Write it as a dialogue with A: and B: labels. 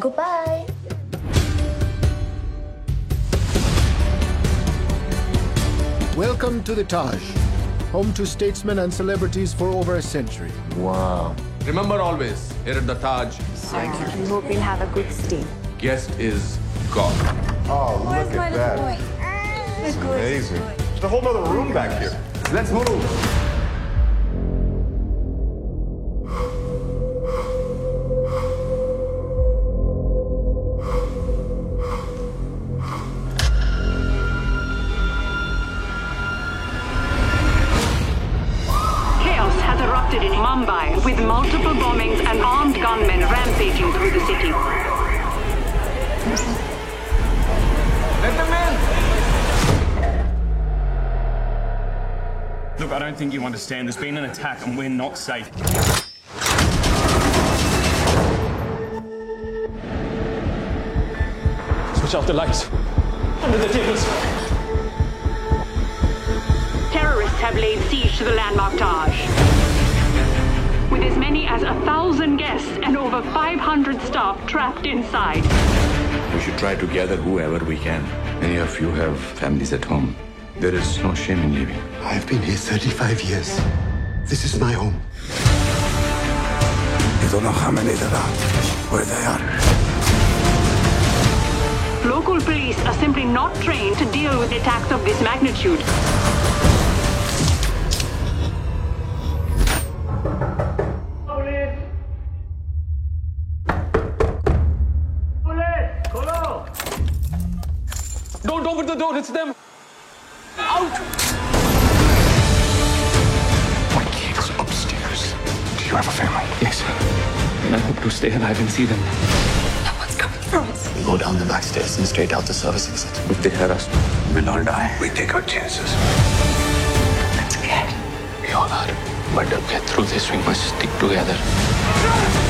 A: Goodbye.
B: Welcome to the Taj, home to statesmen and celebrities for over a century.
C: Remember always, here at the Taj,
D: We hope you'll have a good stay.
C: guest is God.
E: Oh, look at that. It's amazing. There's a whole nother room back here. Let's move.
F: Chaos has erupted in Mumbai with multiple bombings and armed gunmen rampaging through the city.
G: Look, I don't think you understand. There's been an attack and we're not safe. Switch off the lights. Under the tables.
F: Terrorists have laid siege to the landmark Taj. With as many as a thousand guests and over 500 staff trapped inside.
H: We should try to gather whoever we can. Many of you have families at home. There is no shame in leaving.
I: I've been here 35 years. This is my home. You don't know how many there are, where they are.
F: Local police are simply not trained to deal with attacks of this magnitude.
G: Don't open the door, it's them! Out!
I: My kids upstairs. Do you have a family?
H: Yes. And I hope to stay alive and see them.
I: We go down the back stairs and straight out the service exit.
H: If they harass me,
I: We'll all die. We take our chances. I'm scared. We all are.
H: but to get through this, we must stick together.